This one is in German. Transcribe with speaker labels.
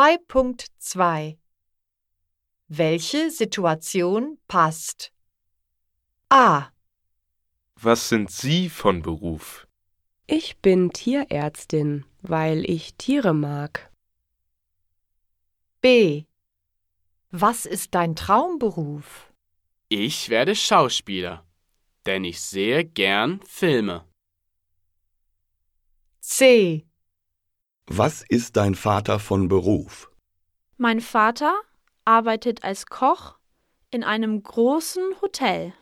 Speaker 1: 2.2 Welche Situation passt? A.
Speaker 2: Was sind Sie von Beruf?
Speaker 3: Ich bin Tierärztin, weil ich Tiere mag.
Speaker 1: B. Was ist dein Traumberuf?
Speaker 4: Ich werde Schauspieler, denn ich sehe gern Filme.
Speaker 1: C.
Speaker 5: Was ist dein Vater von Beruf?
Speaker 6: Mein Vater arbeitet als Koch in einem großen Hotel.